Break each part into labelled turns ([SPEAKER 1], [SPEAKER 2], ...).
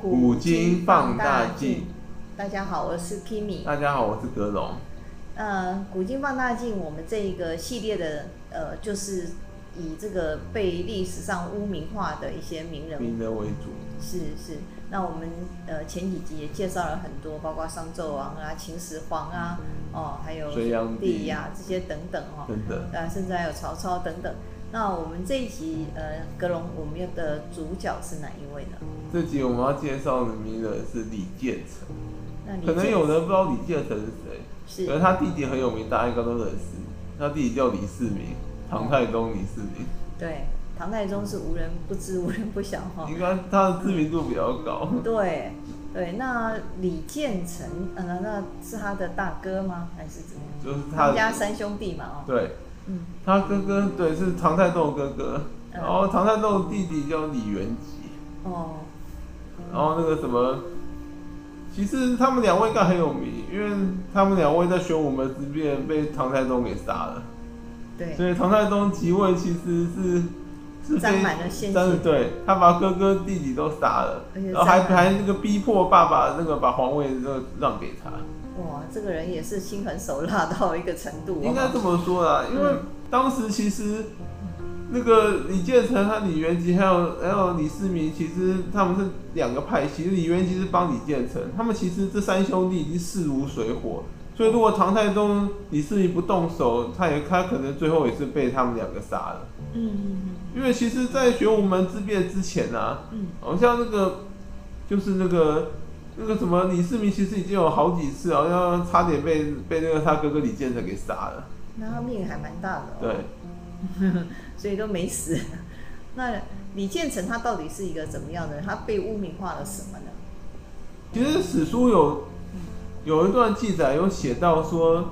[SPEAKER 1] 古今放大镜。
[SPEAKER 2] 大家好，我是 Kimi。
[SPEAKER 1] 大家好，我是格龙。
[SPEAKER 2] 呃，古今放大镜，我们这一个系列的，呃，就是以这个被历史上污名化的一些名人，
[SPEAKER 1] 名人为主。
[SPEAKER 2] 是是。那我们呃前几集也介绍了很多，包括商纣王啊、秦始皇啊，哦，还有
[SPEAKER 1] 隋炀帝
[SPEAKER 2] 呀、这些等等哦，
[SPEAKER 1] 真的，
[SPEAKER 2] 啊，甚至还有曹操等等。那我们这一集呃，格隆，我们要的主角是哪一位呢？
[SPEAKER 1] 这集我们要介绍的名人是李建成，
[SPEAKER 2] 那你
[SPEAKER 1] 可能
[SPEAKER 2] 介
[SPEAKER 1] 有人不知道李建成是谁，
[SPEAKER 2] 是
[SPEAKER 1] 可是他弟弟很有名，大家应该都认识。他弟弟叫李世民，唐太宗李世民，
[SPEAKER 2] 对唐太宗是无人不知、无人不晓哈、
[SPEAKER 1] 应该他的知名度比较高。
[SPEAKER 2] 哦对对，那李建成，呃，那是他的大哥吗？还是怎么样？
[SPEAKER 1] 就是
[SPEAKER 2] 他
[SPEAKER 1] 他
[SPEAKER 2] 们家
[SPEAKER 1] 的，
[SPEAKER 2] 三兄弟嘛，哦，
[SPEAKER 1] 对，
[SPEAKER 2] 嗯，
[SPEAKER 1] 他哥哥对是唐太宗的哥哥，
[SPEAKER 2] 嗯
[SPEAKER 1] 然后唐太宗的弟弟叫李元吉。
[SPEAKER 2] 哦，
[SPEAKER 1] 然后那个什么，其实他们两位应该很有名，因为他们两位在玄武门之变被唐太宗给杀了，
[SPEAKER 2] 对，
[SPEAKER 1] 所以唐太宗即位其实是是
[SPEAKER 2] 沾
[SPEAKER 1] 非
[SPEAKER 2] 满了鲜血
[SPEAKER 1] 但是对他把哥哥弟弟都杀了
[SPEAKER 2] 而，且
[SPEAKER 1] 然后还
[SPEAKER 2] 沾满
[SPEAKER 1] 还那个逼迫爸爸那个把皇位那个让给他，
[SPEAKER 2] 哇，这个人也是心狠手辣到一个程度、哦，
[SPEAKER 1] 应该这么说啦，因为当时其实。那个李建成和李元吉还有还有李世民，其实他们是两个派系。李元吉是帮李建成，他们其实这三兄弟已经势如水火，所以如果唐太宗李世民不动手，他也他可能最后也是被他们两个杀了。
[SPEAKER 2] 嗯嗯
[SPEAKER 1] 因为其实，在玄武门之变之前啊，
[SPEAKER 2] 嗯
[SPEAKER 1] 好像那个就是那个那个什么李世民，其实已经有好几次好像差点被被那个他哥哥李建成给杀了。
[SPEAKER 2] 嗯，那他命还蛮大的、哦，
[SPEAKER 1] 对，
[SPEAKER 2] 所以都没死。那李建成他到底是一个怎么样的人？他被污名化了什么呢？
[SPEAKER 1] 其实史书有有一段记载有写到说，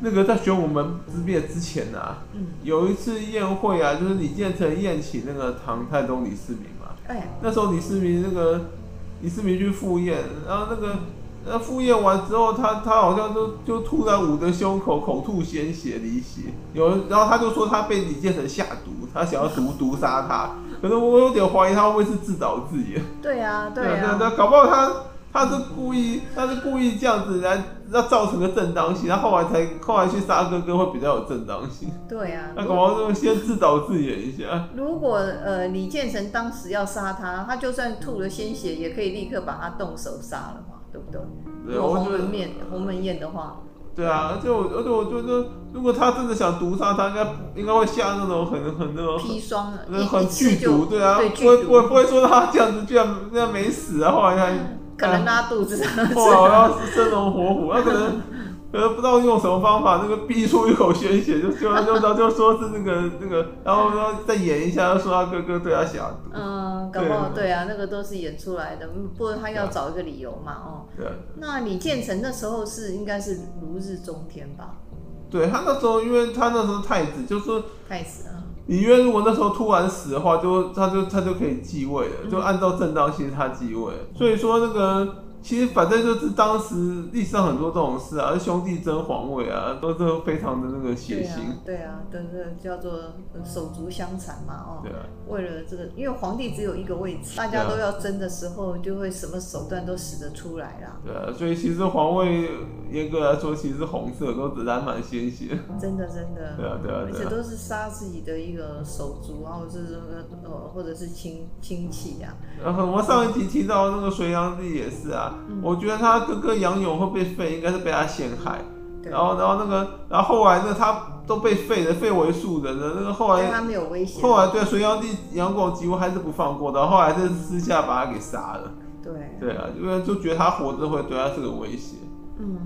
[SPEAKER 1] 那个在玄武门之变之前啊，
[SPEAKER 2] 嗯，
[SPEAKER 1] 有一次宴会啊，就是李建成宴请那个唐太宗李世民嘛。
[SPEAKER 2] 哎，
[SPEAKER 1] 那时候李世民那个李世民去赴宴，然后那个那赴宴完之后，他他好像就就突然捂着胸口口吐鲜血离席。有人，然后他就说他被李建成下毒，他想要毒毒杀他。可是我有点怀疑他会不会是自导自演。
[SPEAKER 2] 对啊，对
[SPEAKER 1] 对
[SPEAKER 2] 啊，
[SPEAKER 1] 对，搞不好他他是故意，他是故意这样子来那造成个正当性，他后来才后来去杀哥哥会比较有正当性。
[SPEAKER 2] 对啊。
[SPEAKER 1] 那搞不好就先自导自演一下。
[SPEAKER 2] 如果呃李建成当时要杀他，他就算吐了鲜血，也可以立刻把他动手杀了嘛，对不对？
[SPEAKER 1] 对
[SPEAKER 2] 如果
[SPEAKER 1] 我
[SPEAKER 2] 鸿
[SPEAKER 1] 觉得
[SPEAKER 2] 门宴鸿门宴的话，
[SPEAKER 1] 对啊，而且我而且我觉得，如果他真的想毒杀他，应该应该会下那种很呃很那种
[SPEAKER 2] 砒霜了，
[SPEAKER 1] 很
[SPEAKER 2] 一
[SPEAKER 1] 很
[SPEAKER 2] 一次
[SPEAKER 1] 剧
[SPEAKER 2] 就
[SPEAKER 1] 毒，对啊，
[SPEAKER 2] 对
[SPEAKER 1] 不
[SPEAKER 2] 剧
[SPEAKER 1] 会不会不
[SPEAKER 2] 毒，嗯
[SPEAKER 1] 会说他这样子居然居然没死啊，后来他
[SPEAKER 2] 可能拉肚子 啊，
[SPEAKER 1] 后来我要生龙活虎，那可能可能不知道用什么方法，那个逼出一口鲜血，就就就就就说是那个 那个，然后然后再演一下，又说他哥哥对他下毒，
[SPEAKER 2] 嗯，搞不好
[SPEAKER 1] 对
[SPEAKER 2] 对啊，那个都是演出来的，嗯不过他要
[SPEAKER 1] 对啊
[SPEAKER 2] 找一个理由嘛，哦。
[SPEAKER 1] 对
[SPEAKER 2] 那李建成那时候是应该是如日中天吧？
[SPEAKER 1] 对，他那时候因为他那时候太子，就是说
[SPEAKER 2] 太子啊，
[SPEAKER 1] 李渊如果那时候突然死的话，就他就他就可以继位了，就按照正当性他继位，所以说那个。其实反正就是当时历史上很多这种事啊，兄弟争皇位啊，都是非常的那个血
[SPEAKER 2] 对
[SPEAKER 1] 腥，
[SPEAKER 2] 啊，对啊，对对，叫做手足相残嘛，哦。
[SPEAKER 1] 对啊，
[SPEAKER 2] 为了这个，因为皇帝只有一个位置，大家
[SPEAKER 1] 对啊
[SPEAKER 2] 都要争的时候，就会什么手段都使得出来啦。
[SPEAKER 1] 对啊，所以其实皇位严格来说其实是红色，都只染满鲜血。
[SPEAKER 2] 真的，真的。
[SPEAKER 1] 对啊，对啊
[SPEAKER 2] 而，且
[SPEAKER 1] 对啊，
[SPEAKER 2] 都是杀自己的一个手足啊，或者是呃，或者是亲亲戚啊呀、
[SPEAKER 1] 然后我上一集提到那个隋炀帝也是啊，我觉得他哥哥杨勇会被废，应该是被他陷害。
[SPEAKER 2] 对
[SPEAKER 1] 然后，然后那个，然后后来呢，他都被废了，废为庶人了。那个后
[SPEAKER 2] 对
[SPEAKER 1] 来，
[SPEAKER 2] 他没有危险。
[SPEAKER 1] 后来对隋炀帝杨广几乎还是不放过的，后来是私下把他给杀了。
[SPEAKER 2] 对，
[SPEAKER 1] 对啊，因为就觉得他活着会对他是个威胁。
[SPEAKER 2] 嗯，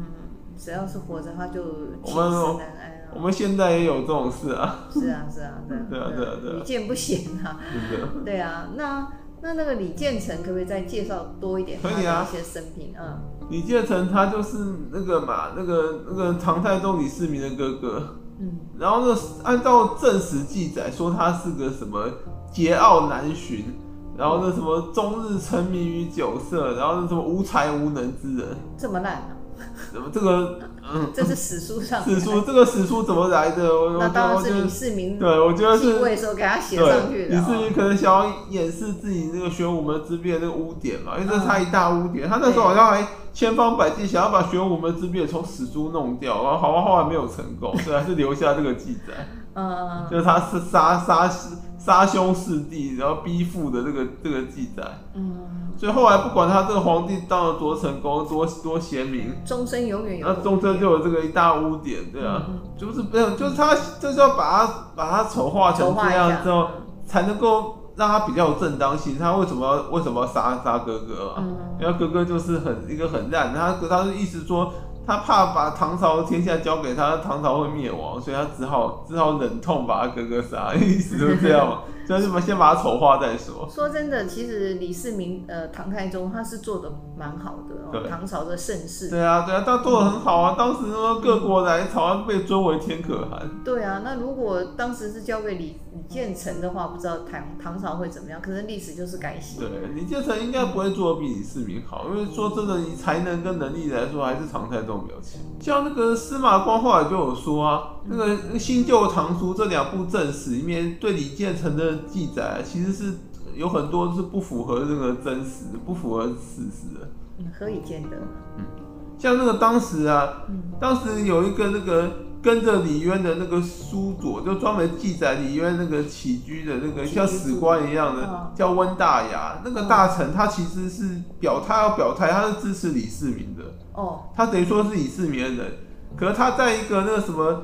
[SPEAKER 2] 只要是活着，他就
[SPEAKER 1] 我
[SPEAKER 2] 寝
[SPEAKER 1] 们
[SPEAKER 2] 食难安
[SPEAKER 1] 我
[SPEAKER 2] 啊。
[SPEAKER 1] 们现在也有这种事啊，
[SPEAKER 2] 是啊，是啊，对啊，
[SPEAKER 1] 对啊对啊对啊
[SPEAKER 2] 屡见不鲜啊。
[SPEAKER 1] 真的。
[SPEAKER 2] 对啊，那那那个李建成可不可以再介绍多一点他
[SPEAKER 1] 可
[SPEAKER 2] 的
[SPEAKER 1] 以啊
[SPEAKER 2] 一些生平？嗯，
[SPEAKER 1] 李建成他就是那个嘛，那个那个唐太宗李世民的哥哥。
[SPEAKER 2] 嗯，
[SPEAKER 1] 然后呢，按照正史记载说他是个什么桀骜难驯，然后呢什么终日沉迷于酒色，然后呢什么无才无能之人。
[SPEAKER 2] 这么烂啊？
[SPEAKER 1] 怎么这个
[SPEAKER 2] 这是史书上
[SPEAKER 1] 嗯史书这个史书怎么来的？我我
[SPEAKER 2] 那当然
[SPEAKER 1] 我觉
[SPEAKER 2] 是
[SPEAKER 1] 得
[SPEAKER 2] 李，世民
[SPEAKER 1] 对我觉得
[SPEAKER 2] 继
[SPEAKER 1] 是
[SPEAKER 2] 位的时候给他写
[SPEAKER 1] 对
[SPEAKER 2] 上去的、
[SPEAKER 1] 李世
[SPEAKER 2] 哦。
[SPEAKER 1] 民可能想要掩饰自己那个玄武门之变那个污点嘛，因为这是他
[SPEAKER 2] 嗯
[SPEAKER 1] 一大污点。他那时
[SPEAKER 2] 对
[SPEAKER 1] 候好像还千方百计想要把玄武门之变从史书弄掉，然后好像后来没有成功，所以还是留下这个记载，
[SPEAKER 2] 嗯
[SPEAKER 1] 就是他是杀杀杀兄弑弟，然后逼父的这个这个记载。
[SPEAKER 2] 嗯，
[SPEAKER 1] 所以后来不管他这个皇帝当了多成功、多多贤明，
[SPEAKER 2] 终身永远有。
[SPEAKER 1] 那中贞就有这个一大污点，对啊，
[SPEAKER 2] 嗯
[SPEAKER 1] 就是没有，就是他就是要把他把他丑化成
[SPEAKER 2] 丑化
[SPEAKER 1] 这
[SPEAKER 2] 一下
[SPEAKER 1] 样之后，才能够让他比较有正当性。他为什么要为什么要杀杀哥哥啊？
[SPEAKER 2] 嗯
[SPEAKER 1] 因为哥哥就是很一个很烂，他他的意思说他怕把唐朝天下交给他，唐朝会灭亡，所以他只好只好忍痛把他哥哥杀， 意思就是这样嘛。所以他就先把他丑化再说。
[SPEAKER 2] 嗯说真的，其实李世民呃，唐太宗他是做的蛮好的哦，
[SPEAKER 1] 对
[SPEAKER 2] 唐朝的盛世。
[SPEAKER 1] 对啊，对啊，他做的很好啊。当时那个各国来朝，被尊为天可汗。
[SPEAKER 2] 对啊，那如果当时是交给李李建成的话，不知道唐唐朝会怎么样。可是历史就是改写。
[SPEAKER 1] 对，李建成应该不会做的比李世民好，因为说真的，以才能跟能力来说，还是唐太宗比较强。像那个司马光后来就有说啊，那个《新旧唐书》这两部正史里面对李建成的记载，啊其实是有很多是不符合这个真实、不符合事实的。
[SPEAKER 2] 嗯，何以见得？
[SPEAKER 1] 像那个当时啊，
[SPEAKER 2] 嗯
[SPEAKER 1] 当时有一个那个跟着李渊的那个书佐，就专门记载李渊那个起居的那个
[SPEAKER 2] 起居
[SPEAKER 1] 像史官一样
[SPEAKER 2] 嗯
[SPEAKER 1] 的，叫温大牙。那个大臣他其实是表，他要表态，他是支持李世民的，
[SPEAKER 2] 哦，
[SPEAKER 1] 他等于说是李世民的人。可是他在一个那个什么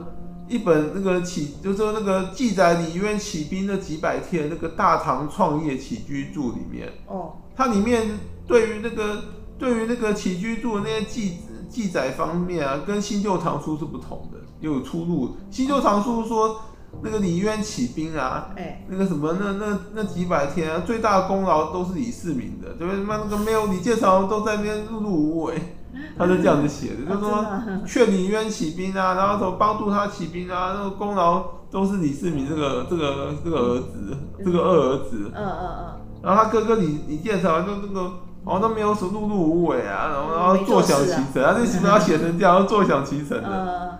[SPEAKER 1] 一本那个起，就是说那个记载李渊起兵那几百天那个《大唐创业起居注》里面，
[SPEAKER 2] 哦，
[SPEAKER 1] 它里面对于那个对于那个起居住的那些记记载方面啊，跟新旧唐书是不同的，又有出入。新旧唐书说那个李渊起兵啊，
[SPEAKER 2] 哎，
[SPEAKER 1] 那个什么那那那几百天啊，最大的功劳都是李世民的，对不对？他妈那个没有李建成都在那边碌碌无为，他是这样子写的，就
[SPEAKER 2] 哦
[SPEAKER 1] 是说
[SPEAKER 2] 真的啊
[SPEAKER 1] 劝李渊起兵啊，然后什么帮助他起兵啊，那个功劳都是李世民这个这个这个儿子，这个二儿子。
[SPEAKER 2] 嗯嗯
[SPEAKER 1] 然后他哥哥李李建成啊就那个好像都没有什么碌碌无为啊，然后然后
[SPEAKER 2] 没
[SPEAKER 1] 坐
[SPEAKER 2] 做事
[SPEAKER 1] 享
[SPEAKER 2] 啊
[SPEAKER 1] 其成，他这什么要写成这样，要坐享其成
[SPEAKER 2] 嗯，
[SPEAKER 1] 的。
[SPEAKER 2] 呃，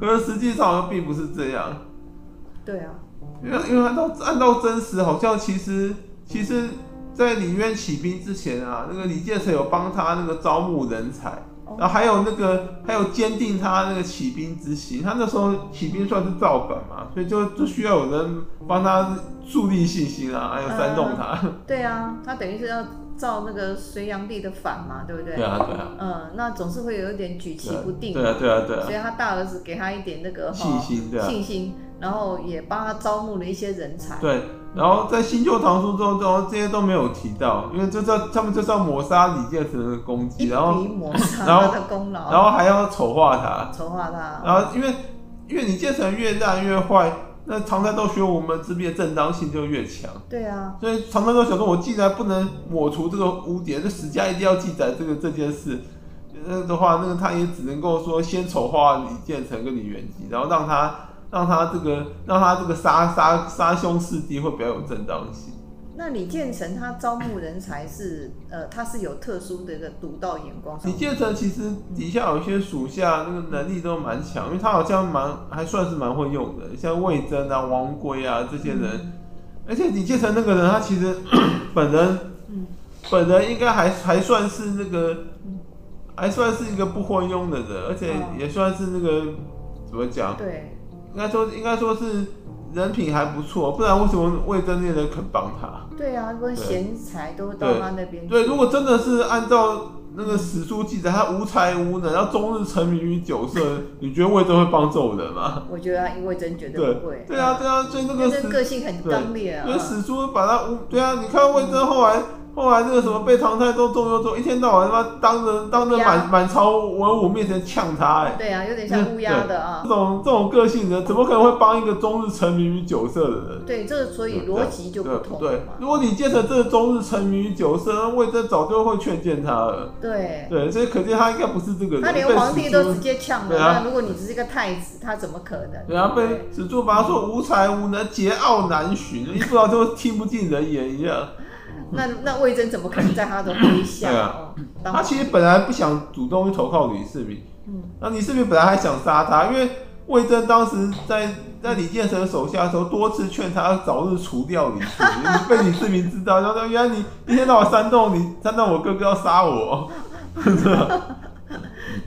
[SPEAKER 1] 可是实际上好像并不是这样，
[SPEAKER 2] 对啊，
[SPEAKER 1] 因为因为按照按照真实，好像其实其实，在李渊起兵之前啊，那个李建成有帮他那个招募人才
[SPEAKER 2] 哦，
[SPEAKER 1] 然后还有那个还有坚定他那个起兵之心。他那时候起兵算是造反嘛，所以就就需要有人帮他树立信心啊，还有煽动他。
[SPEAKER 2] 对啊，他等于是要造那个隋炀帝的反嘛，对不对？
[SPEAKER 1] 对啊，对啊。
[SPEAKER 2] 嗯，那总是会有一点举棋不定，
[SPEAKER 1] 对啊，对啊，对
[SPEAKER 2] 所
[SPEAKER 1] 啊，
[SPEAKER 2] 以他大儿子给他一点那个
[SPEAKER 1] 信心对啊
[SPEAKER 2] 信心，然后也帮他招募了一些人才。
[SPEAKER 1] 对。然后在新旧唐书中，然后这些都没有提到，因为就是要他们就是要抹杀李建成的功
[SPEAKER 2] 一
[SPEAKER 1] 绩，
[SPEAKER 2] 笔
[SPEAKER 1] 然后
[SPEAKER 2] 抹杀
[SPEAKER 1] 然后
[SPEAKER 2] 他的功劳，
[SPEAKER 1] 然后还要丑化他，
[SPEAKER 2] 筹划他。
[SPEAKER 1] 然后因为因为李建成越烂越坏，那唐太宗学我们之变正当性就越强，
[SPEAKER 2] 对啊，
[SPEAKER 1] 所以唐太宗想说，我既然不能抹除这个污点，这史家一定要记载这个这件事。那的话，那个他也只能够说先丑化李建成跟李元吉，然后让他让他这个让他这个杀杀杀兄弑弟会比较有正当性。
[SPEAKER 2] 那李建成他招募人才是呃，他是有特殊的一个独到眼光上
[SPEAKER 1] 李
[SPEAKER 2] 面。
[SPEAKER 1] 建成其实底下有一些属下那个能力都蛮强，因为他好像蛮还算是蛮会用的，像魏征啊、王圭啊这些人。而且李建成那个人，他其实 本人
[SPEAKER 2] 嗯，
[SPEAKER 1] 本人应该还还算是那个，还算是一个不昏庸的人，而且
[SPEAKER 2] 嗯
[SPEAKER 1] 也算是那个怎么讲？
[SPEAKER 2] 对，
[SPEAKER 1] 应该说应该说是人品还不错，不然为什么魏征那人肯帮他？
[SPEAKER 2] 对啊，如果贤才都到
[SPEAKER 1] 对
[SPEAKER 2] 他那边去。
[SPEAKER 1] 对，如果真的是按照那个史书记载，他无才无能，然后终日沉迷于酒色，你觉得魏征会帮这种人吗？
[SPEAKER 2] 我觉得啊他因为真绝
[SPEAKER 1] 对
[SPEAKER 2] 不会。，
[SPEAKER 1] 对啊，对啊，所以那
[SPEAKER 2] 因
[SPEAKER 1] 个
[SPEAKER 2] 为这
[SPEAKER 1] 史
[SPEAKER 2] 个个性很刚烈啊
[SPEAKER 1] 因。为史书把他污，对啊，你看魏征后来后来那个什么被唐太宗重用之后，一天到晚他妈当着当着
[SPEAKER 2] 呀
[SPEAKER 1] 满满朝文武面前呛他、哎，
[SPEAKER 2] 对啊，有点像乌鸦的啊
[SPEAKER 1] 这。种这种个性的人，怎么可能会帮一个终日沉迷于酒色的人？
[SPEAKER 2] 对，这个所以
[SPEAKER 1] 对
[SPEAKER 2] 逻辑就不
[SPEAKER 1] 对
[SPEAKER 2] 同
[SPEAKER 1] 对
[SPEAKER 2] 了，嘛。
[SPEAKER 1] 如果你建成这终日沉迷于酒色，那魏征早就会劝谏他了。
[SPEAKER 2] 对，
[SPEAKER 1] 对，所以可见他应该不是这个人。
[SPEAKER 2] 他连
[SPEAKER 1] 被
[SPEAKER 2] 皇帝
[SPEAKER 1] 史
[SPEAKER 2] 都
[SPEAKER 1] 书
[SPEAKER 2] 直接呛了，
[SPEAKER 1] 对啊
[SPEAKER 2] 那如果你只是一个太子，他怎么可能？
[SPEAKER 1] 对啊，
[SPEAKER 2] 对
[SPEAKER 1] 被史柱把他说无才无能、桀骜难驯，一不知道就听不进人言一样。
[SPEAKER 2] 那那魏征怎么可能在他的麾下
[SPEAKER 1] 对啊
[SPEAKER 2] 哦？当
[SPEAKER 1] 他其实本来不想主动去投靠李世民，
[SPEAKER 2] 嗯，
[SPEAKER 1] 那李世民本来还想杀他，因为魏征当时在在李建成手下的时候，多次劝他早日除掉李世民，被李世民知道，然后说原来你一天到晚煽动你煽动我哥哥要杀我，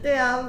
[SPEAKER 2] 对啊，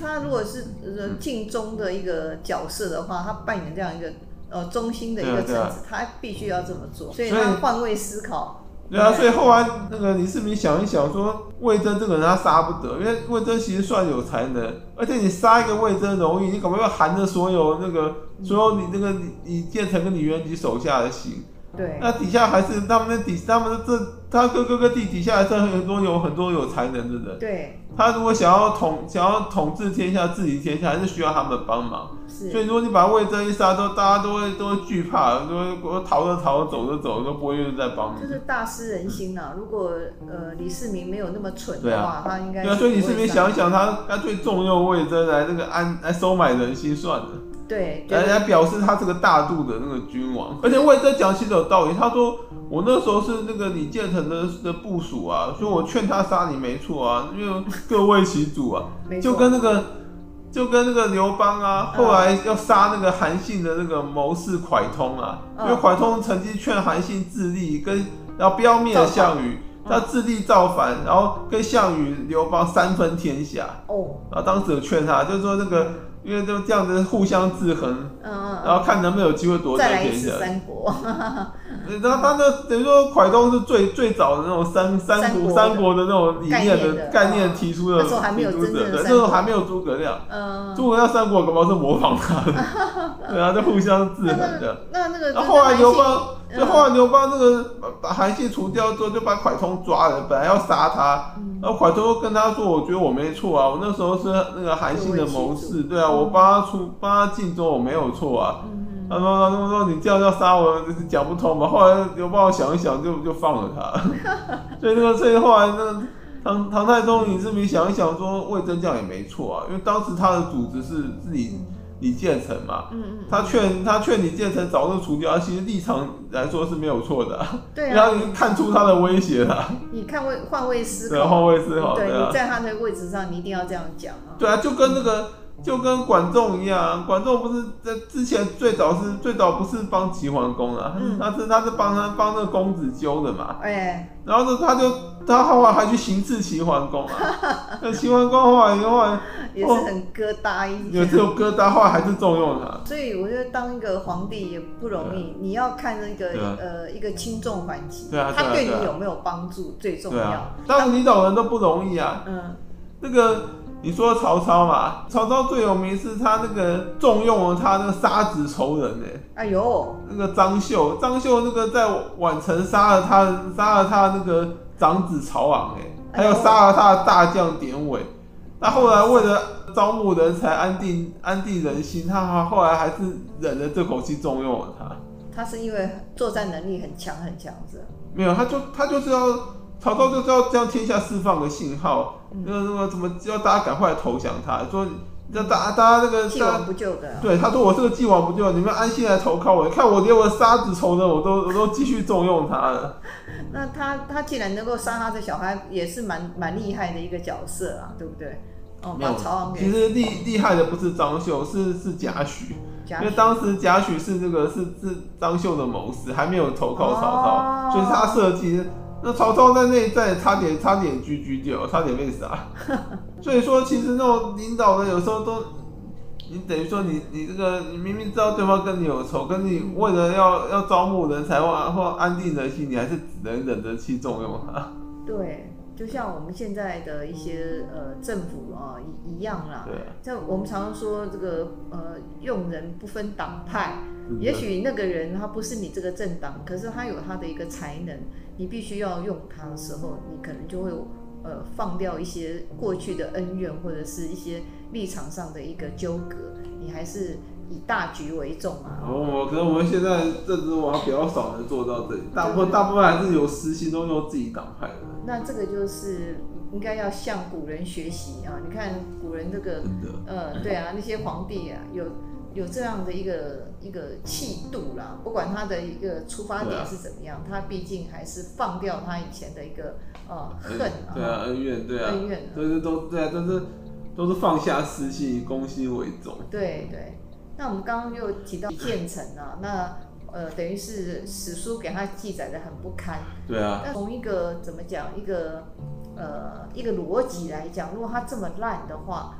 [SPEAKER 2] 他如果是呃尽忠的一个角色的话，他扮演这样一个呃忠心的一个臣
[SPEAKER 1] 对啊
[SPEAKER 2] 子，他必须要这么做，所以
[SPEAKER 1] 所以
[SPEAKER 2] 他换位思考。
[SPEAKER 1] 对啊，所以
[SPEAKER 2] 对
[SPEAKER 1] 后来那个李世民想一想说，魏征这个人他杀不得，因为魏征其实算有才能，而且你杀一个魏征容易，你搞不好要含着所有那个所有你那个李李建成跟李元吉手下的心。
[SPEAKER 2] 对
[SPEAKER 1] 那底下还是他们的底，他们的这他哥哥跟弟底下还是很多有很多有才能的人。
[SPEAKER 2] 对
[SPEAKER 1] 他如果想要统想要统治天下、治理天下，还是需要他们帮忙。所以
[SPEAKER 2] 是，
[SPEAKER 1] 如果你把魏征一杀，都大家都会都会惧怕，都会我逃着逃着走着走着都不会愿意再帮你
[SPEAKER 2] 就。是大失人心呐、如果呃李世民没有那么蠢
[SPEAKER 1] 对
[SPEAKER 2] 的话，
[SPEAKER 1] 啊
[SPEAKER 2] 他应该
[SPEAKER 1] 对啊，所以你
[SPEAKER 2] 不会
[SPEAKER 1] 顺便
[SPEAKER 2] 上
[SPEAKER 1] 想一想，他干脆重用魏征来那个安来收买人心算了。
[SPEAKER 2] 对对
[SPEAKER 1] 来来表示他这个大度的那个君王。而且魏征讲其实有道理，他说我那时候是那个李建成的的部署啊，所以我劝他杀你没错啊，因为各为其主啊，
[SPEAKER 2] 没错
[SPEAKER 1] 就跟那个。就跟那个刘邦啊，
[SPEAKER 2] 嗯
[SPEAKER 1] 后来要杀那个韩信的那个谋士蒯通啊，
[SPEAKER 2] 嗯
[SPEAKER 1] 因为蒯通曾经劝韩信自立，跟然后不要灭了项羽，
[SPEAKER 2] 造
[SPEAKER 1] 他
[SPEAKER 2] 反
[SPEAKER 1] 自立造反，然后跟项羽、刘邦三分天下。
[SPEAKER 2] 哦，
[SPEAKER 1] 然后当时有劝他，就说那个因为就这样子互相制衡，
[SPEAKER 2] 嗯嗯
[SPEAKER 1] 然后看能不能有机会夺
[SPEAKER 2] 嗯，
[SPEAKER 1] 得
[SPEAKER 2] 再来一
[SPEAKER 1] 天下
[SPEAKER 2] 次。三国，
[SPEAKER 1] 然后他那等于说，蒯通是最最早的那种三三
[SPEAKER 2] 三国
[SPEAKER 1] 国
[SPEAKER 2] 的
[SPEAKER 1] 三国的那种理念的
[SPEAKER 2] 概念的嗯
[SPEAKER 1] 概念提出
[SPEAKER 2] 那
[SPEAKER 1] 的
[SPEAKER 2] 时候还没
[SPEAKER 1] 提
[SPEAKER 2] 有
[SPEAKER 1] 出
[SPEAKER 2] 真正
[SPEAKER 1] 者，
[SPEAKER 2] 的
[SPEAKER 1] 对，那
[SPEAKER 2] 三
[SPEAKER 1] 时候
[SPEAKER 2] 国
[SPEAKER 1] 还没有诸葛亮，
[SPEAKER 2] 嗯，
[SPEAKER 1] 诸葛亮三国恐怕是模仿他 的，对啊，就互相制
[SPEAKER 2] 那
[SPEAKER 1] 衡
[SPEAKER 2] 那
[SPEAKER 1] 的。
[SPEAKER 2] 个那那个
[SPEAKER 1] 然后后来
[SPEAKER 2] 真的
[SPEAKER 1] 刘
[SPEAKER 2] 蛮
[SPEAKER 1] 邦，
[SPEAKER 2] 嗯
[SPEAKER 1] 就后来刘邦那个把把韩信除掉之后，就把蒯通抓了，本来要杀他，然后蒯通就跟他说：“我觉得我没错啊，我那时候是那个韩信的谋士，对啊，我帮他出帮他尽忠，我没有错啊。”
[SPEAKER 2] 嗯
[SPEAKER 1] 他说：“他说你这样要杀我，这是讲不通嘛。”后来刘邦想一想就，就放了 他。所以那个，所以后来那个唐唐太宗李世民想一想说，魏征这样也没错啊，因为当时他的组织是是李李建成嘛，
[SPEAKER 2] 嗯嗯，
[SPEAKER 1] 他劝他劝李建成早日除掉，其实立场来说是没有错的、啊，
[SPEAKER 2] 对啊
[SPEAKER 1] 然后，你看出他的威胁了、
[SPEAKER 2] 你看位换位思
[SPEAKER 1] 对啊，
[SPEAKER 2] 考，
[SPEAKER 1] 换位思考，
[SPEAKER 2] 对，
[SPEAKER 1] 对啊
[SPEAKER 2] 你，在他的位置上，你一定要这样讲啊。
[SPEAKER 1] 对啊，就跟那个就跟管仲一样啊，管仲不是在之前最早是最早不是帮齐桓公啊，
[SPEAKER 2] 嗯
[SPEAKER 1] 他是他是帮他帮那个公子纠的嘛，
[SPEAKER 2] 哎，
[SPEAKER 1] 然后呢他就他后来还去行刺齐桓公 啊，那齐桓公后来后来
[SPEAKER 2] 也是很疙瘩一
[SPEAKER 1] 有哦
[SPEAKER 2] 点。
[SPEAKER 1] 这种疙瘩，后来还是重用他，
[SPEAKER 2] 所以我觉得当一个皇帝也不容易，你要看那
[SPEAKER 1] 啊对
[SPEAKER 2] 个
[SPEAKER 1] 啊
[SPEAKER 2] 呃一个轻重缓急，
[SPEAKER 1] 对啊对啊
[SPEAKER 2] 他对
[SPEAKER 1] 对
[SPEAKER 2] 你
[SPEAKER 1] 啊
[SPEAKER 2] 有没有帮助最重
[SPEAKER 1] 对啊
[SPEAKER 2] 要。，
[SPEAKER 1] 当领导人都不容易啊，
[SPEAKER 2] 嗯，
[SPEAKER 1] 那个。你说曹操嘛？曹操最有名是他那个重用了他那个杀子仇人呢、
[SPEAKER 2] 哎呦，
[SPEAKER 1] 那个张绣，张绣那个在宛城杀了他，杀了他那个长子曹昂、哎，还有杀了他的大将典韦。那后来为了招募人才，安定安定人心，他还后来还是忍了这口气，重用了他。
[SPEAKER 2] 他是因为作战能力很强很强，是吧
[SPEAKER 1] 没有，他就他就是要曹操就是要这样天下释放个信号，
[SPEAKER 2] 嗯
[SPEAKER 1] 那个那个怎么要大家赶快来投降他，说让大家大家那个
[SPEAKER 2] 既
[SPEAKER 1] 大家
[SPEAKER 2] 往不咎的。啊
[SPEAKER 1] 对，他说我是个既往不咎，你们安心来投靠我。看我连我的杀子仇人，我都 我都继续重用他了。
[SPEAKER 2] 那他他既然能够杀他的小孩，也是蛮蛮厉害的一个角色啊，对不对？哦，把曹昂
[SPEAKER 1] 其
[SPEAKER 2] 给
[SPEAKER 1] 实厉厉害的不是张绣，是是贾诩，
[SPEAKER 2] 夹
[SPEAKER 1] 因为当时贾诩是那个是是张绣的谋士，还没有投靠曹操，
[SPEAKER 2] 哦
[SPEAKER 1] 所以他设计。那曹操在内战差点差点狙狙掉，差点 被杀。所以说，其实那种领导人有时候都，你等于说你你这个你明明知道对方跟你有仇，跟你为了要要招募人才或或安定人心，你还是只能忍着气重用
[SPEAKER 2] 啊
[SPEAKER 1] 他。
[SPEAKER 2] 对，就像我们现在的一些呃政府啊一一样啦。
[SPEAKER 1] 对啊，
[SPEAKER 2] 像我们常常说这个呃用人不分党派，
[SPEAKER 1] 真的
[SPEAKER 2] 也许那个人他不是你这个政党，可是他有他的一个才能，你必须要用他的时候，你可能就会呃放掉一些过去的恩怨或者是一些立场上的一个纠葛，你还是以大局为重啊。
[SPEAKER 1] 我我可能我们现在政治文化比较少能做到这里，大部分大部分还是有实心都用自己党派的，
[SPEAKER 2] 那这个就是应该要向古人学习啊！你看古人这个
[SPEAKER 1] 真的。
[SPEAKER 2] 呃，对啊，那些皇帝啊，有有这样的一个一个气度啦，不管他的一个出发
[SPEAKER 1] 对
[SPEAKER 2] 点
[SPEAKER 1] 啊
[SPEAKER 2] 是怎么样，他毕竟还是放掉他以前的一个呃恨啊，
[SPEAKER 1] 对啊，恩怨，对啊，
[SPEAKER 2] 恩怨啊
[SPEAKER 1] 对对都对啊，都是都是放下私心，以公心为重。
[SPEAKER 2] 对对，那我们刚刚又提到建成啊，那呃，等于是史书给他记载的很不堪。
[SPEAKER 1] 对啊，
[SPEAKER 2] 那从一个怎么讲，一个呃一个逻辑来讲，如果他这么烂的话，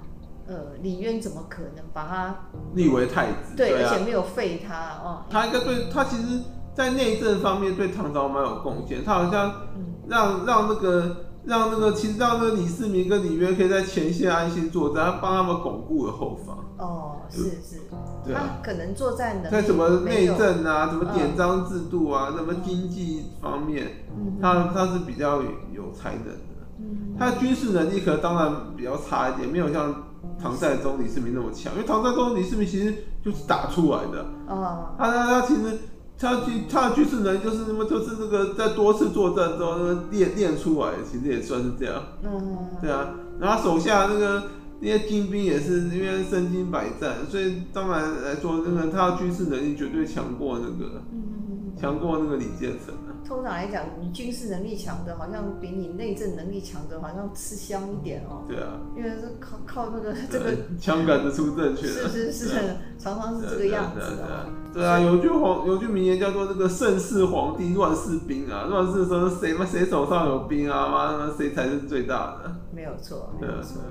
[SPEAKER 2] 呃，李渊怎么可能把他
[SPEAKER 1] 立为太子，
[SPEAKER 2] 对，
[SPEAKER 1] 啊，
[SPEAKER 2] 而且没有废他哦，
[SPEAKER 1] 他应该对他其实，在内政方面对唐朝蛮有贡献，他好像
[SPEAKER 2] 嗯
[SPEAKER 1] 让让那个让那个其实让那个李世民跟李渊可以在前线安心作战，他帮他们巩固了后方。
[SPEAKER 2] 哦，是是，
[SPEAKER 1] 对啊，
[SPEAKER 2] 他可能作战能
[SPEAKER 1] 在
[SPEAKER 2] 力
[SPEAKER 1] 什么
[SPEAKER 2] 嗯没
[SPEAKER 1] 内
[SPEAKER 2] 有，
[SPEAKER 1] 政啊，什么
[SPEAKER 2] 嗯
[SPEAKER 1] 典章制度啊，什么经济方面，
[SPEAKER 2] 嗯
[SPEAKER 1] 他他是比较有才能的。
[SPEAKER 2] 嗯
[SPEAKER 1] 他军事能力可能当然比较差一点，没有像唐太宗李世民那么强，因为唐太宗李世民其实就是打出来的。
[SPEAKER 2] 哦，
[SPEAKER 1] 他他他其实他去他的军事能力就是那么就是那个在多次作战之后那个练练出来的，其实也算是这样，
[SPEAKER 2] 嗯，
[SPEAKER 1] 对啊。然后他手下那个那些精兵也是因为身经百战，所以当然来说，那个他的军事能力绝对强过那个
[SPEAKER 2] 嗯嗯嗯嗯
[SPEAKER 1] 强过那个李建成啊。
[SPEAKER 2] 通常来讲，你军事能力强的，好像比你内政能力强的，好像吃香一点哦，
[SPEAKER 1] 对啊，
[SPEAKER 2] 因为是靠靠那个这个
[SPEAKER 1] 对啊枪杆子出政权
[SPEAKER 2] 是
[SPEAKER 1] 啊，
[SPEAKER 2] 是是
[SPEAKER 1] 对啊，
[SPEAKER 2] 常常是这个样子
[SPEAKER 1] 对啊对啊
[SPEAKER 2] 哦。
[SPEAKER 1] 对啊，有句皇有句名言叫做“这个盛世皇帝乱世兵”啊，乱世的时候谁妈谁手上有兵啊，妈谁才是最大的。
[SPEAKER 2] 没有错，没
[SPEAKER 1] 对
[SPEAKER 2] 有
[SPEAKER 1] 啊，
[SPEAKER 2] 错。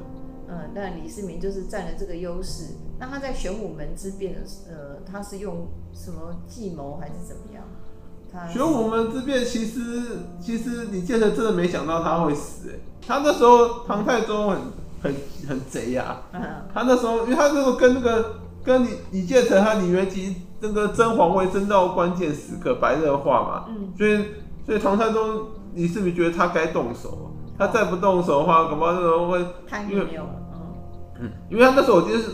[SPEAKER 2] 嗯，那李世民就是占了这个优势。那他在玄武门之变的时，呃，他是用什么计谋还是怎么样？他
[SPEAKER 1] 玄武门之变，其实其实李建成真的没想到他会死、欸，他那时候唐太宗很很很贼啊呀、
[SPEAKER 2] 嗯，
[SPEAKER 1] 他那时候因为他那时候跟那个跟李李建成和李元吉那个争皇位争到关键时刻，白热化嘛，
[SPEAKER 2] 嗯
[SPEAKER 1] 所以所以唐太宗李世民觉得他该动手，啊他再不动手的话，恐怕那时候会
[SPEAKER 2] 贪也没有了，
[SPEAKER 1] 嗯，因为他那时候我记得是，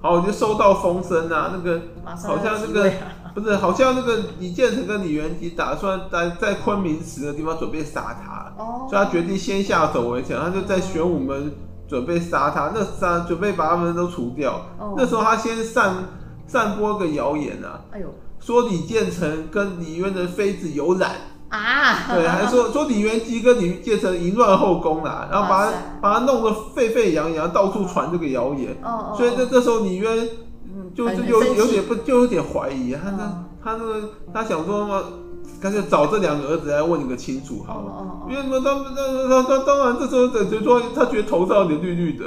[SPEAKER 1] 好，我就收到风声啊，那个
[SPEAKER 2] 嗯，马上
[SPEAKER 1] 好像
[SPEAKER 2] 要
[SPEAKER 1] 那
[SPEAKER 2] 即
[SPEAKER 1] 个
[SPEAKER 2] 位了
[SPEAKER 1] 不是，好像那个李建成跟李元吉打算在在昆明池的地方准备杀他，
[SPEAKER 2] 哦，
[SPEAKER 1] 所以他决定先下手为强，他就在玄武门准备杀他，那杀准备把他们都除掉。
[SPEAKER 2] 哦
[SPEAKER 1] 那时候他先散散播个谣言啊，
[SPEAKER 2] 哎呦
[SPEAKER 1] 说李建成跟李渊的妃子有染，
[SPEAKER 2] 啊，
[SPEAKER 1] 对，还说说李元吉跟李建成淫乱后宫啦、然后把
[SPEAKER 2] 哇
[SPEAKER 1] 他
[SPEAKER 2] 塞
[SPEAKER 1] 把他弄得沸沸扬扬，到处传这个谣言。
[SPEAKER 2] 哦哦，
[SPEAKER 1] 所以这
[SPEAKER 2] 哦
[SPEAKER 1] 这时候李渊，嗯，就
[SPEAKER 2] 很
[SPEAKER 1] 就
[SPEAKER 2] 很生
[SPEAKER 1] 有
[SPEAKER 2] 气
[SPEAKER 1] 有点不就有点怀疑，他那、
[SPEAKER 2] 嗯
[SPEAKER 1] 他那个他想说嘛，干脆找这两个儿子来问你个清楚好了。
[SPEAKER 2] 哦
[SPEAKER 1] 因
[SPEAKER 2] 哦
[SPEAKER 1] 为他们他他他当然这时候等于说他觉得头上有点绿绿的，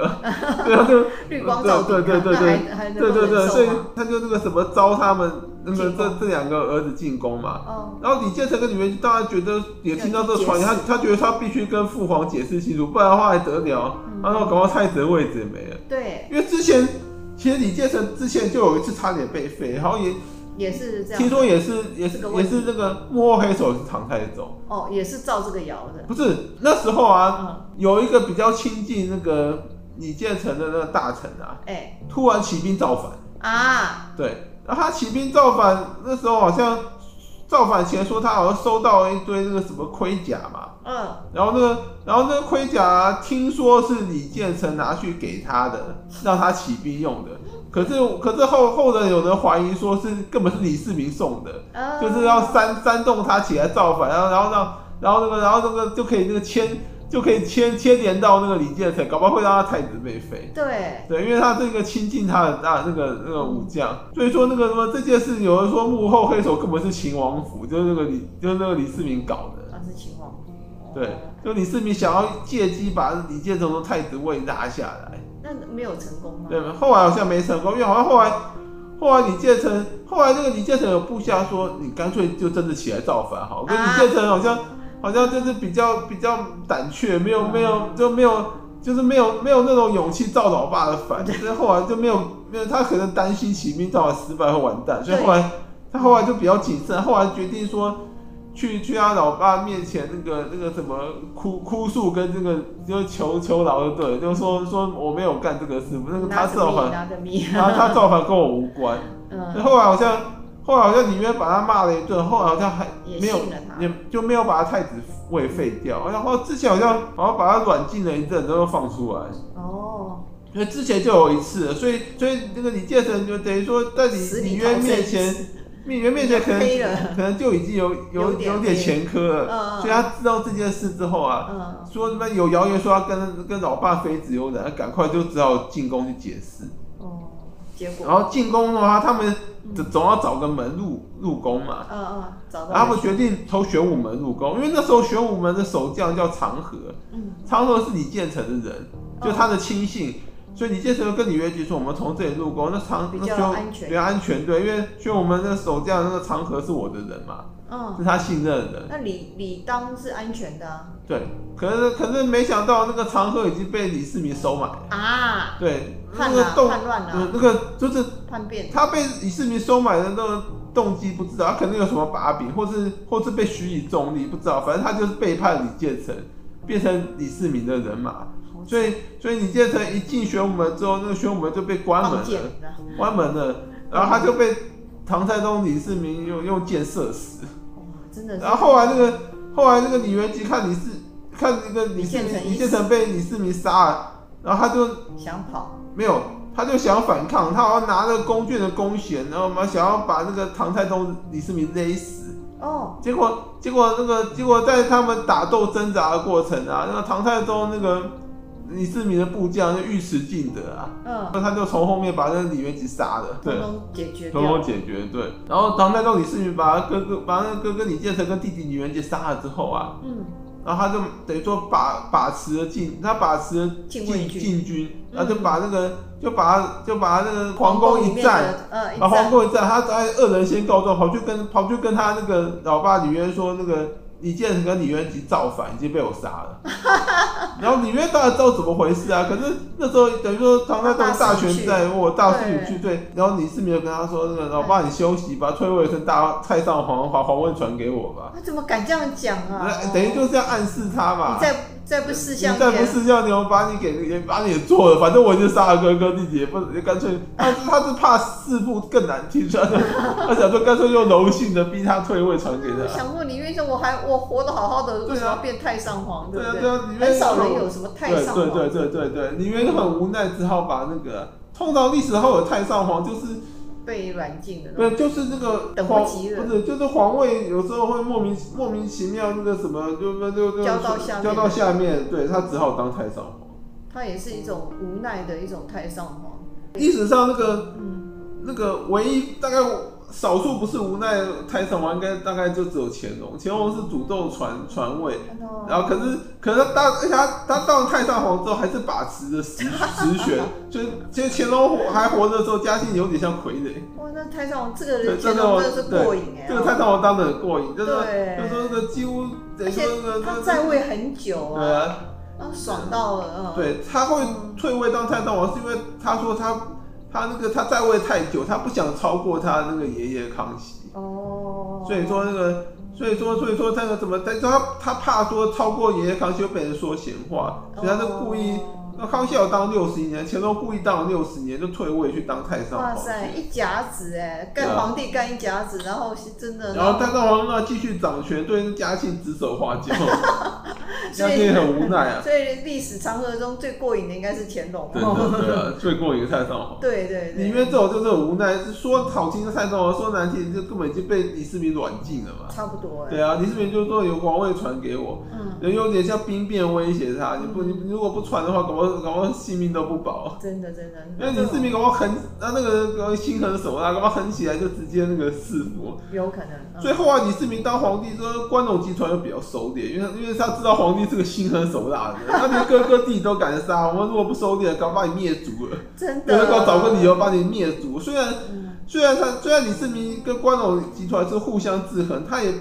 [SPEAKER 1] 对啊就
[SPEAKER 2] 哦，绿光照啊
[SPEAKER 1] 对对对
[SPEAKER 2] 那
[SPEAKER 1] 对
[SPEAKER 2] 还还能
[SPEAKER 1] 对
[SPEAKER 2] 够
[SPEAKER 1] 对对，
[SPEAKER 2] 忍
[SPEAKER 1] 所
[SPEAKER 2] 受
[SPEAKER 1] 以
[SPEAKER 2] 吗？
[SPEAKER 1] 他就那个什么招他们那个
[SPEAKER 2] 进
[SPEAKER 1] 这
[SPEAKER 2] 宫
[SPEAKER 1] 这两个儿子进宫嘛。
[SPEAKER 2] 哦，
[SPEAKER 1] 然后李建成跟李元吉当然觉得也听到这个传言，
[SPEAKER 2] 要
[SPEAKER 1] 他
[SPEAKER 2] 去
[SPEAKER 1] 他觉得他必须跟父皇解释清楚，不然的话还得了？啊
[SPEAKER 2] 嗯
[SPEAKER 1] 他说搞到太子的位置也没了。
[SPEAKER 2] 对，
[SPEAKER 1] 因为之前其实李建成之前就有一次差点被废，然后也
[SPEAKER 2] 也是这样。
[SPEAKER 1] 听说也是也是
[SPEAKER 2] 这个
[SPEAKER 1] 也
[SPEAKER 2] 问题
[SPEAKER 1] 是那个幕后黑手是唐太宗，
[SPEAKER 2] 哦，也是照这个摇的。
[SPEAKER 1] 不是那时候啊，
[SPEAKER 2] 嗯，
[SPEAKER 1] 有一个比较亲近那个李建成的那个大臣啊，
[SPEAKER 2] 哎
[SPEAKER 1] 突然起兵造反，
[SPEAKER 2] 啊，
[SPEAKER 1] 对，然后他起兵造反那时候好像造反前说他好像收到一堆那个什么盔甲嘛。
[SPEAKER 2] 嗯，
[SPEAKER 1] 然后那个，然后那个盔甲、听说是李建成拿去给他的，让他起兵用的。可是，可是后后人有人怀疑说是根本是李世民送的，
[SPEAKER 2] 啊
[SPEAKER 1] 就是要煽煽动他起来造反，然后然后让然后那个然后那个就可以那个牵就可以牵牵连到那个李建成，搞不好会让他太子被废。
[SPEAKER 2] 对，
[SPEAKER 1] 对，因为他这个亲近他的大那个那个武将，所以说那个什么这件事，有人说幕后黑手根本是秦王府，就是那个李就是那个李世民搞的。
[SPEAKER 2] 啊那是秦王。
[SPEAKER 1] 对
[SPEAKER 2] 哦，
[SPEAKER 1] 就李世民想要借机把李建成的太子位拿下来，
[SPEAKER 2] 那没有成功吗？
[SPEAKER 1] 对吗？后来好像没成功，因为好像后来后来李建成，后来那个李建成有部下说，你干脆就真的起来造反好了。可是
[SPEAKER 2] 啊
[SPEAKER 1] 李建成好像好像就是比较比较胆怯，没有
[SPEAKER 2] 嗯
[SPEAKER 1] 没有就没有就是没有没有那种勇气造老爸的反，就是后来就没有没有他可能担心起兵造反失败会完蛋，所以
[SPEAKER 2] 对
[SPEAKER 1] 后来他后来就比较谨慎，后来决定说。去去他老爸面前那个那个什么哭哭诉跟这个就求求饶就对了，就说说我没有干这个事，不是他
[SPEAKER 2] 拿着
[SPEAKER 1] 造
[SPEAKER 2] 米，
[SPEAKER 1] 反，
[SPEAKER 2] 拿着米。
[SPEAKER 1] 他他造反跟我无关。
[SPEAKER 2] 嗯，
[SPEAKER 1] 后来好像后来好像里面把他骂了一顿，后来好像还
[SPEAKER 2] 也
[SPEAKER 1] 没有
[SPEAKER 2] 信了他
[SPEAKER 1] 也就没有把他太子位废掉，然后之前好像好像把他软禁了一阵，然后放出来。
[SPEAKER 2] 哦，
[SPEAKER 1] 所因为之前就有一次了，所以所以那个李建成就等于说在李
[SPEAKER 2] 死
[SPEAKER 1] 李
[SPEAKER 2] 里逃
[SPEAKER 1] 渊
[SPEAKER 2] 生
[SPEAKER 1] 面前，李渊面前可能
[SPEAKER 2] 黑了，
[SPEAKER 1] 可能就已经有有
[SPEAKER 2] 有点
[SPEAKER 1] 有点前科了，
[SPEAKER 2] 嗯
[SPEAKER 1] 所以他知道这件事之后啊，
[SPEAKER 2] 嗯，
[SPEAKER 1] 说他妈有谣言说他跟跟老爸非子有染，他赶快就只好进宫去解释。
[SPEAKER 2] 哦，结果，
[SPEAKER 1] 然后进宫的话，他们
[SPEAKER 2] 嗯
[SPEAKER 1] 总总要找个门入入宫嘛，
[SPEAKER 2] 嗯嗯，找到
[SPEAKER 1] 然后他们
[SPEAKER 2] 了
[SPEAKER 1] 决定从玄武门入宫，因为那时候玄武门的守将叫长河，
[SPEAKER 2] 嗯，
[SPEAKER 1] 长河是李建成的人，就
[SPEAKER 2] 哦
[SPEAKER 1] 他的亲信，所以李建成就跟李元吉说，我们从这里入宫，那长
[SPEAKER 2] 比
[SPEAKER 1] 那
[SPEAKER 2] 较
[SPEAKER 1] 玄武
[SPEAKER 2] 安全
[SPEAKER 1] 比较安全，对，因为玄武门的守将那个长河是我的人嘛，
[SPEAKER 2] 嗯，
[SPEAKER 1] 是他信任的人，
[SPEAKER 2] 那理理当是安全的啊，
[SPEAKER 1] 对，可是可是没想到那个长河已经被李世民收买了，
[SPEAKER 2] 啊
[SPEAKER 1] 对，那
[SPEAKER 2] 叛
[SPEAKER 1] 个
[SPEAKER 2] 啊，
[SPEAKER 1] 动，
[SPEAKER 2] 叛乱
[SPEAKER 1] 嗯
[SPEAKER 2] 啊，
[SPEAKER 1] 那个就是
[SPEAKER 2] 叛变，
[SPEAKER 1] 他被李世民收买的那个动机不知道，他可能有什么把柄，或是或是被许以重利，不知道，反正他就是背叛李建成，变成李世民的人马。
[SPEAKER 2] 好
[SPEAKER 1] 所以所以李建成一进玄武门之后，那个玄武门就被关门
[SPEAKER 2] 放
[SPEAKER 1] 了，
[SPEAKER 2] 箭的，
[SPEAKER 1] 关门了，然后他就被唐太宗李世民用用箭射死。
[SPEAKER 2] 哇，真的是，
[SPEAKER 1] 然后后来那个后来那个李元吉看李世看那个李世
[SPEAKER 2] 李建
[SPEAKER 1] 民
[SPEAKER 2] 成
[SPEAKER 1] 李建成被李世民杀了，然后他就
[SPEAKER 2] 想跑，
[SPEAKER 1] 没有，他就想反抗，他好像拿着弓箭的弓弦，然后嘛想要把那个唐太宗李世民勒死。
[SPEAKER 2] 哦，
[SPEAKER 1] 结果结果那个结果在他们打斗挣扎的过程啊，那个唐太宗那个李世民的部将就尉迟敬德啊，
[SPEAKER 2] 嗯，
[SPEAKER 1] 那他就从后面把那个李元吉杀了，对
[SPEAKER 2] 通。通解决
[SPEAKER 1] 通通
[SPEAKER 2] 掉，
[SPEAKER 1] 解决对，然后唐太宗李世民把他哥哥把那个哥哥李建成跟弟弟李元吉杀了之后啊，
[SPEAKER 2] 嗯，
[SPEAKER 1] 然后他就等于说把把持了禁，他把持了
[SPEAKER 2] 禁
[SPEAKER 1] 禁
[SPEAKER 2] 卫军
[SPEAKER 1] 禁军，
[SPEAKER 2] 嗯
[SPEAKER 1] 然后就把那个、就把就把那个皇宫
[SPEAKER 2] 里
[SPEAKER 1] 一
[SPEAKER 2] 面
[SPEAKER 1] 战，
[SPEAKER 2] 的，呃，一
[SPEAKER 1] 把皇
[SPEAKER 2] 战，
[SPEAKER 1] 宫一战，他啊在恶人先告状，跑去跟跑去跟他那个老爸李渊说，那个李建成跟李渊吉造反，已经被我杀 了。然后李渊当然知道怎么回事啊，可是那时候等于说唐太宗大权在握，大
[SPEAKER 2] 大
[SPEAKER 1] 势
[SPEAKER 2] 势已去
[SPEAKER 1] 已去，对。然后李世民就跟他说，那个老爸你休息吧，退位成大太上皇，把皇位传给我吧。
[SPEAKER 2] 他怎么敢这样讲啊？
[SPEAKER 1] 那哎等于就是要暗示他嘛，
[SPEAKER 2] 你再再不识相啊
[SPEAKER 1] 你再不
[SPEAKER 2] 点，
[SPEAKER 1] 是叫牛，把你给也把你也做了，反正我已经杀了哥哥弟弟，也不也干脆，他是他是怕弑父更难听，所以他他想说干脆用柔性的逼他退位传给
[SPEAKER 2] 我
[SPEAKER 1] 他。
[SPEAKER 2] 想过你为什么我还我活得好好的，为什么要变太上皇？
[SPEAKER 1] 对
[SPEAKER 2] 不
[SPEAKER 1] 啊
[SPEAKER 2] 对？
[SPEAKER 1] 对啊，里面
[SPEAKER 2] 很少人有什么太
[SPEAKER 1] 对
[SPEAKER 2] 上
[SPEAKER 1] 对
[SPEAKER 2] 皇，
[SPEAKER 1] 对对对对，里面很无奈，只好把那个通常历史后有太上皇，就是
[SPEAKER 2] 被软禁的那种。
[SPEAKER 1] 对，就是那个
[SPEAKER 2] 嗯等不
[SPEAKER 1] 皇
[SPEAKER 2] 及了
[SPEAKER 1] 不是就是皇位有时候会莫名莫名其妙那个什么，就就就就
[SPEAKER 2] 交到下面
[SPEAKER 1] 交到下面，对他只好当太上皇。
[SPEAKER 2] 他也是一种无奈的一种太上皇。
[SPEAKER 1] 历史上那个
[SPEAKER 2] 嗯，
[SPEAKER 1] 那个唯一大概少数不是无奈太上皇，应该大概就只有乾隆。乾隆是主动传传位，
[SPEAKER 2] 看到
[SPEAKER 1] 然后可是可是他当而且他他当了太上皇之后，还是把持着实实权，就是其实乾隆活还活着的时候，嘉庆有点像傀儡。
[SPEAKER 2] 哇，那太上皇这个
[SPEAKER 1] 对
[SPEAKER 2] 人
[SPEAKER 1] 真
[SPEAKER 2] 乾
[SPEAKER 1] 的
[SPEAKER 2] 隆
[SPEAKER 1] 我
[SPEAKER 2] 真的是过瘾哎、
[SPEAKER 1] 这个太上皇当的很过瘾，就是
[SPEAKER 2] 对
[SPEAKER 1] 就是那个几乎等于
[SPEAKER 2] 而且
[SPEAKER 1] 说那个
[SPEAKER 2] 他在位很久
[SPEAKER 1] 对
[SPEAKER 2] 啊，
[SPEAKER 1] 啊，
[SPEAKER 2] 然后爽到了，嗯，，
[SPEAKER 1] 对他会退位当太上皇，是因为他说他他那个他在位太久，他不想超过他那个爷爷康熙。
[SPEAKER 2] 哦，
[SPEAKER 1] 所以说那个，所以说所以说那个怎么，但他他怕说超过爷爷康熙会被人说闲话，所以他就故意。
[SPEAKER 2] 哦
[SPEAKER 1] 那康熙有当六十年，乾隆故意当六十年就退位去当太上
[SPEAKER 2] 哇
[SPEAKER 1] 皇，
[SPEAKER 2] 塞，一甲子哎，干
[SPEAKER 1] 对啊
[SPEAKER 2] 皇帝干一甲子，然后是真的，
[SPEAKER 1] 然后太上皇要继续掌权，对嘉庆指手画 脚，
[SPEAKER 2] 所
[SPEAKER 1] 嘉
[SPEAKER 2] 以
[SPEAKER 1] 庆很无奈啊，
[SPEAKER 2] 所以历史长河中最过瘾的应该是乾隆
[SPEAKER 1] 真的对啊，最过瘾的太上皇。
[SPEAKER 2] 对对哦对，
[SPEAKER 1] 里面这种就是很无奈，是说好听的太上皇，说难听就根本已经被李世民软禁了嘛。
[SPEAKER 2] 差不多哎、
[SPEAKER 1] 对啊，李世民就说有皇位传给我，
[SPEAKER 2] 嗯，
[SPEAKER 1] 人有点像兵变威胁他，你不你你如果不传的话，搞不好搞不好性命都不保。
[SPEAKER 2] 真的真的，
[SPEAKER 1] 因为李世民搞不好狠，那那个呃搞不好心狠手啊辣，搞不好狠起来就直接那个弑父。
[SPEAKER 2] 有可能，嗯
[SPEAKER 1] 所以后啊来李世民当皇帝之后，关陇集团又比较收敛，因为因为他知道皇帝是个心狠手辣的人，他连哥 哥弟弟都敢杀，我们如果不收敛，搞不好把你灭族了，
[SPEAKER 2] 真
[SPEAKER 1] 有
[SPEAKER 2] 的，
[SPEAKER 1] 人搞找个理由把你灭族。虽然
[SPEAKER 2] 嗯，
[SPEAKER 1] 虽然他虽然李世民跟关陇集团是互相制衡，他也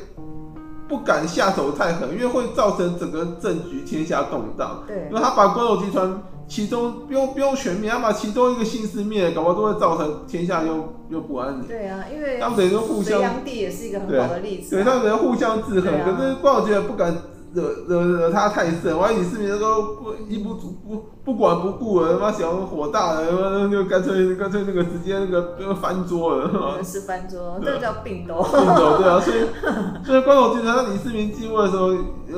[SPEAKER 1] 不敢下手太狠，因为会造成整个政局天下动荡。
[SPEAKER 2] 对
[SPEAKER 1] 因为他把关陇集团其中不用不用全灭，他把其中一个姓氏灭，搞不好都会造成天下又又不安宁。
[SPEAKER 2] 对啊，因为
[SPEAKER 1] 他们等于说互
[SPEAKER 2] 隋
[SPEAKER 1] 相，
[SPEAKER 2] 炀帝也是一个很好的例子
[SPEAKER 1] 对，
[SPEAKER 2] 啊，
[SPEAKER 1] 他们互相制衡。
[SPEAKER 2] 对啊
[SPEAKER 1] 可是关陇集团不敢惹惹惹他太甚，万一李世民那个不一不足不不管不顾了，他妈想火大了，他妈就干脆干脆那个直接那个就翻桌了。
[SPEAKER 2] 我们是翻桌，
[SPEAKER 1] 对啊
[SPEAKER 2] 这叫并斗，
[SPEAKER 1] 对的，对啊，所以所以关口集团在李世民继位的时候，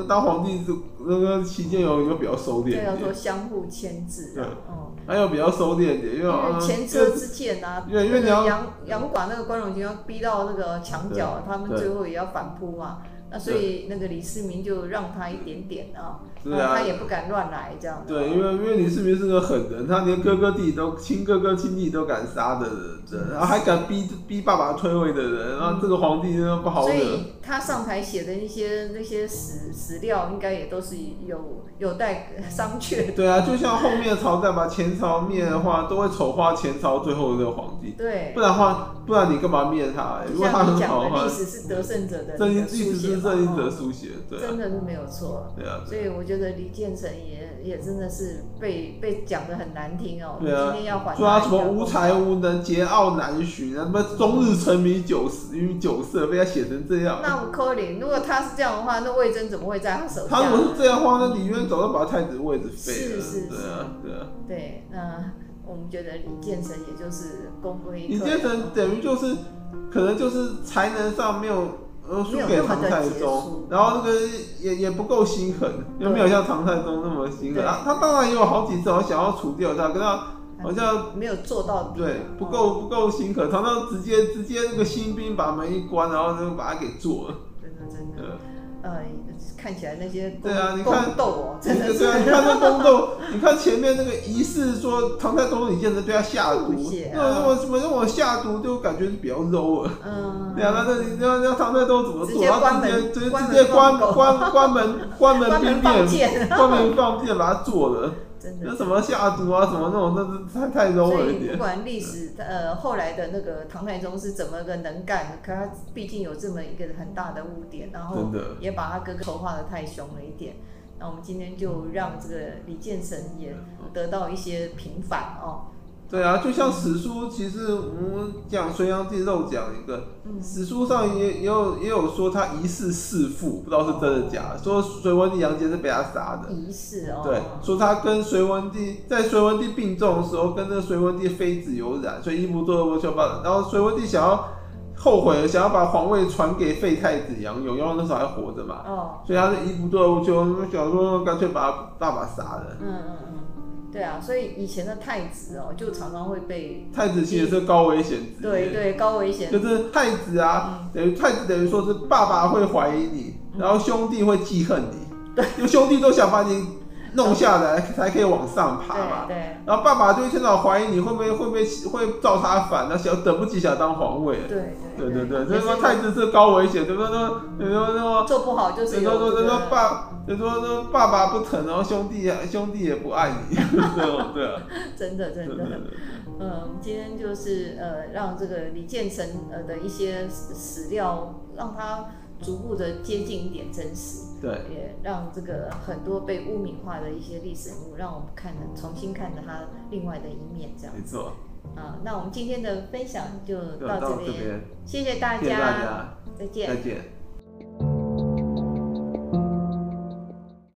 [SPEAKER 1] 当皇帝是那个期间有有比较收敛一
[SPEAKER 2] 这叫做
[SPEAKER 1] 点，
[SPEAKER 2] 相互牵制啊，嗯，
[SPEAKER 1] 还有比较收敛一点，因为
[SPEAKER 2] 因
[SPEAKER 1] 啊
[SPEAKER 2] 为前车之鉴啊，
[SPEAKER 1] 因为因为
[SPEAKER 2] 那
[SPEAKER 1] 你
[SPEAKER 2] 个
[SPEAKER 1] 要
[SPEAKER 2] 杨杨广那个关永军要逼到那个墙角，他们
[SPEAKER 1] 对
[SPEAKER 2] 最后也要反扑嘛。那所以那个李世民就让他一点点啊，
[SPEAKER 1] 是
[SPEAKER 2] 那
[SPEAKER 1] 啊
[SPEAKER 2] 他，也不敢乱来这样子。
[SPEAKER 1] 对，因为因为李世民是个狠人，他连哥哥弟弟都亲哥哥亲弟都敢杀的
[SPEAKER 2] 嗯
[SPEAKER 1] 人，然后还敢逼逼爸爸退位的人，然后这个皇帝真的不好
[SPEAKER 2] 所
[SPEAKER 1] 惹。
[SPEAKER 2] 以他上台写的那些那些史史料，应该也都是有有待商榷。
[SPEAKER 1] 对啊，就像后面的朝代把前朝灭的话，都会丑化前朝最后这个皇帝，
[SPEAKER 2] 对
[SPEAKER 1] 不，然的话，不然你干嘛灭他、如
[SPEAKER 2] 就
[SPEAKER 1] 果他
[SPEAKER 2] 像
[SPEAKER 1] 很
[SPEAKER 2] 你
[SPEAKER 1] 好
[SPEAKER 2] 讲
[SPEAKER 1] 的
[SPEAKER 2] 的，
[SPEAKER 1] 话
[SPEAKER 2] 历，史是得胜者的
[SPEAKER 1] 正
[SPEAKER 2] 那
[SPEAKER 1] 义
[SPEAKER 2] 个
[SPEAKER 1] 历
[SPEAKER 2] 书
[SPEAKER 1] 史
[SPEAKER 2] 写嘛
[SPEAKER 1] 是正义者
[SPEAKER 2] 哦
[SPEAKER 1] 书写，对啊
[SPEAKER 2] 真，的是没有错。
[SPEAKER 1] 对啊，
[SPEAKER 2] 所以我觉得李建成也也真的是被被讲的很难听哦、我
[SPEAKER 1] 对啊
[SPEAKER 2] 们今天要还
[SPEAKER 1] 说他
[SPEAKER 2] 他
[SPEAKER 1] 什
[SPEAKER 2] 一
[SPEAKER 1] 么
[SPEAKER 2] 个
[SPEAKER 1] 无
[SPEAKER 2] 公道
[SPEAKER 1] 才无能、桀骜难驯，什么终日沉迷酒食与酒色，被他写成这样。
[SPEAKER 2] 那我柯林，如果他是这样的话，那魏征怎么会在他手下？
[SPEAKER 1] 他如果是这样的话，那李渊早就把太子位置废
[SPEAKER 2] 是
[SPEAKER 1] 了。
[SPEAKER 2] 是
[SPEAKER 1] 对啊，对啊。
[SPEAKER 2] 对，那我们觉得李建成也就是功亏一
[SPEAKER 1] 李
[SPEAKER 2] 篑。
[SPEAKER 1] 建成等于就是，可能就是才能上没有呃输
[SPEAKER 2] 没有
[SPEAKER 1] 给
[SPEAKER 2] 那么
[SPEAKER 1] 唐
[SPEAKER 2] 的
[SPEAKER 1] 太
[SPEAKER 2] 杰
[SPEAKER 1] 宗
[SPEAKER 2] 出，
[SPEAKER 1] 然后那个也也不够心狠，又没有像唐太宗那么心狠。
[SPEAKER 2] 对
[SPEAKER 1] 啊，他当然也有好几次好想要除掉他，可是他好像
[SPEAKER 2] 没有做到底，
[SPEAKER 1] 对不
[SPEAKER 2] 哦、
[SPEAKER 1] 够不够心狠，常常直接直接那个新兵把门一关，然后就把他给 做了。
[SPEAKER 2] 真的真
[SPEAKER 1] 对
[SPEAKER 2] 的，呃，看起来那些
[SPEAKER 1] 对啊你看
[SPEAKER 2] 宫斗哦，真的
[SPEAKER 1] 对啊，你看那宫斗， 你看前面那个仪式说唐太宗李建成对他下毒
[SPEAKER 2] 吐血，啊
[SPEAKER 1] 那让我什么让我下毒就感觉比较 low 了。
[SPEAKER 2] 嗯，
[SPEAKER 1] 对啊，那那你那那唐太宗怎么
[SPEAKER 2] 直
[SPEAKER 1] 做？
[SPEAKER 2] 接
[SPEAKER 1] 他
[SPEAKER 2] 关
[SPEAKER 1] 直接
[SPEAKER 2] 门
[SPEAKER 1] 直接
[SPEAKER 2] 关
[SPEAKER 1] 直
[SPEAKER 2] 门
[SPEAKER 1] 接关
[SPEAKER 2] 放狗
[SPEAKER 1] 关关 门关门
[SPEAKER 2] 关
[SPEAKER 1] 兵
[SPEAKER 2] 门放
[SPEAKER 1] 变，
[SPEAKER 2] 箭，
[SPEAKER 1] 关门放箭把他做了。
[SPEAKER 2] 真
[SPEAKER 1] 那
[SPEAKER 2] 的。
[SPEAKER 1] 什么下毒啊什么那种，那是太太 low
[SPEAKER 2] 所
[SPEAKER 1] 了
[SPEAKER 2] 以
[SPEAKER 1] 一
[SPEAKER 2] 不
[SPEAKER 1] 点。
[SPEAKER 2] 管历史呃后来的那个唐太宗是怎么个能干，可他毕竟有这么一个很大的污点，然后
[SPEAKER 1] 真的
[SPEAKER 2] 也把他哥哥丑化的太凶了一点。那我们今天就让这个李建成也得到一些平反哦。
[SPEAKER 1] 对啊，就像史书，其实我们讲《隋炀帝肉讲一个，
[SPEAKER 2] 嗯
[SPEAKER 1] 史书上也也有也有说他疑似弑父，不知道是真的假的，说隋文帝杨坚是被他杀的。
[SPEAKER 2] 仪式哦，
[SPEAKER 1] 对，说他跟隋文帝在隋文帝病重的时候，跟那个隋文帝妃子有染，所以一不做二不休吧。然后隋文帝想要后悔了，想要把皇位传给废太子杨勇，杨勇那时候还活着嘛，
[SPEAKER 2] 哦，
[SPEAKER 1] 所以他是一不做二不休，想说干脆把他爸爸杀了。
[SPEAKER 2] 嗯嗯嗯，对啊，所以以前的太子哦，就常常会被
[SPEAKER 1] 太子其实是高危险职
[SPEAKER 2] 对
[SPEAKER 1] 业，
[SPEAKER 2] 对高危险，
[SPEAKER 1] 就是太子
[SPEAKER 2] 嗯
[SPEAKER 1] 啊，等于太子等于说是爸爸会怀疑你，然后兄弟会记恨你，对，因为兄弟都想把你弄下来才可以往上爬嘛
[SPEAKER 2] 对。对
[SPEAKER 1] 然后爸爸就会经常怀疑你会不会会不会会造他反，啊那想等不及想当皇位。
[SPEAKER 2] 对
[SPEAKER 1] 对对
[SPEAKER 2] 对
[SPEAKER 1] 对，所
[SPEAKER 2] 也
[SPEAKER 1] 以
[SPEAKER 2] 是
[SPEAKER 1] 说太子是高危险，对不对？说你说说，
[SPEAKER 2] 做不好就是
[SPEAKER 1] 你说
[SPEAKER 2] 有
[SPEAKER 1] 说
[SPEAKER 2] 这
[SPEAKER 1] 你说
[SPEAKER 2] 个
[SPEAKER 1] 爸，你说说爸爸不疼，然后兄弟也兄弟也不爱 你，这种对啊，
[SPEAKER 2] 真的
[SPEAKER 1] 对
[SPEAKER 2] 真
[SPEAKER 1] 对
[SPEAKER 2] 的
[SPEAKER 1] 对，对
[SPEAKER 2] 呃，我们今天就是呃，让这个李建成呃的一些史史料，让他逐步的接近一点真实，
[SPEAKER 1] 对
[SPEAKER 2] 也让这个很多被污名化的一些历史人物，让我们看了重新看了他另外的一面，这样
[SPEAKER 1] 没错，
[SPEAKER 2] 啊、那我们今天的分享就
[SPEAKER 1] 就
[SPEAKER 2] 到这
[SPEAKER 1] 到
[SPEAKER 2] 边，
[SPEAKER 1] 边，
[SPEAKER 2] 谢谢大家，
[SPEAKER 1] 谢谢大家，
[SPEAKER 2] 再见
[SPEAKER 1] 再。见。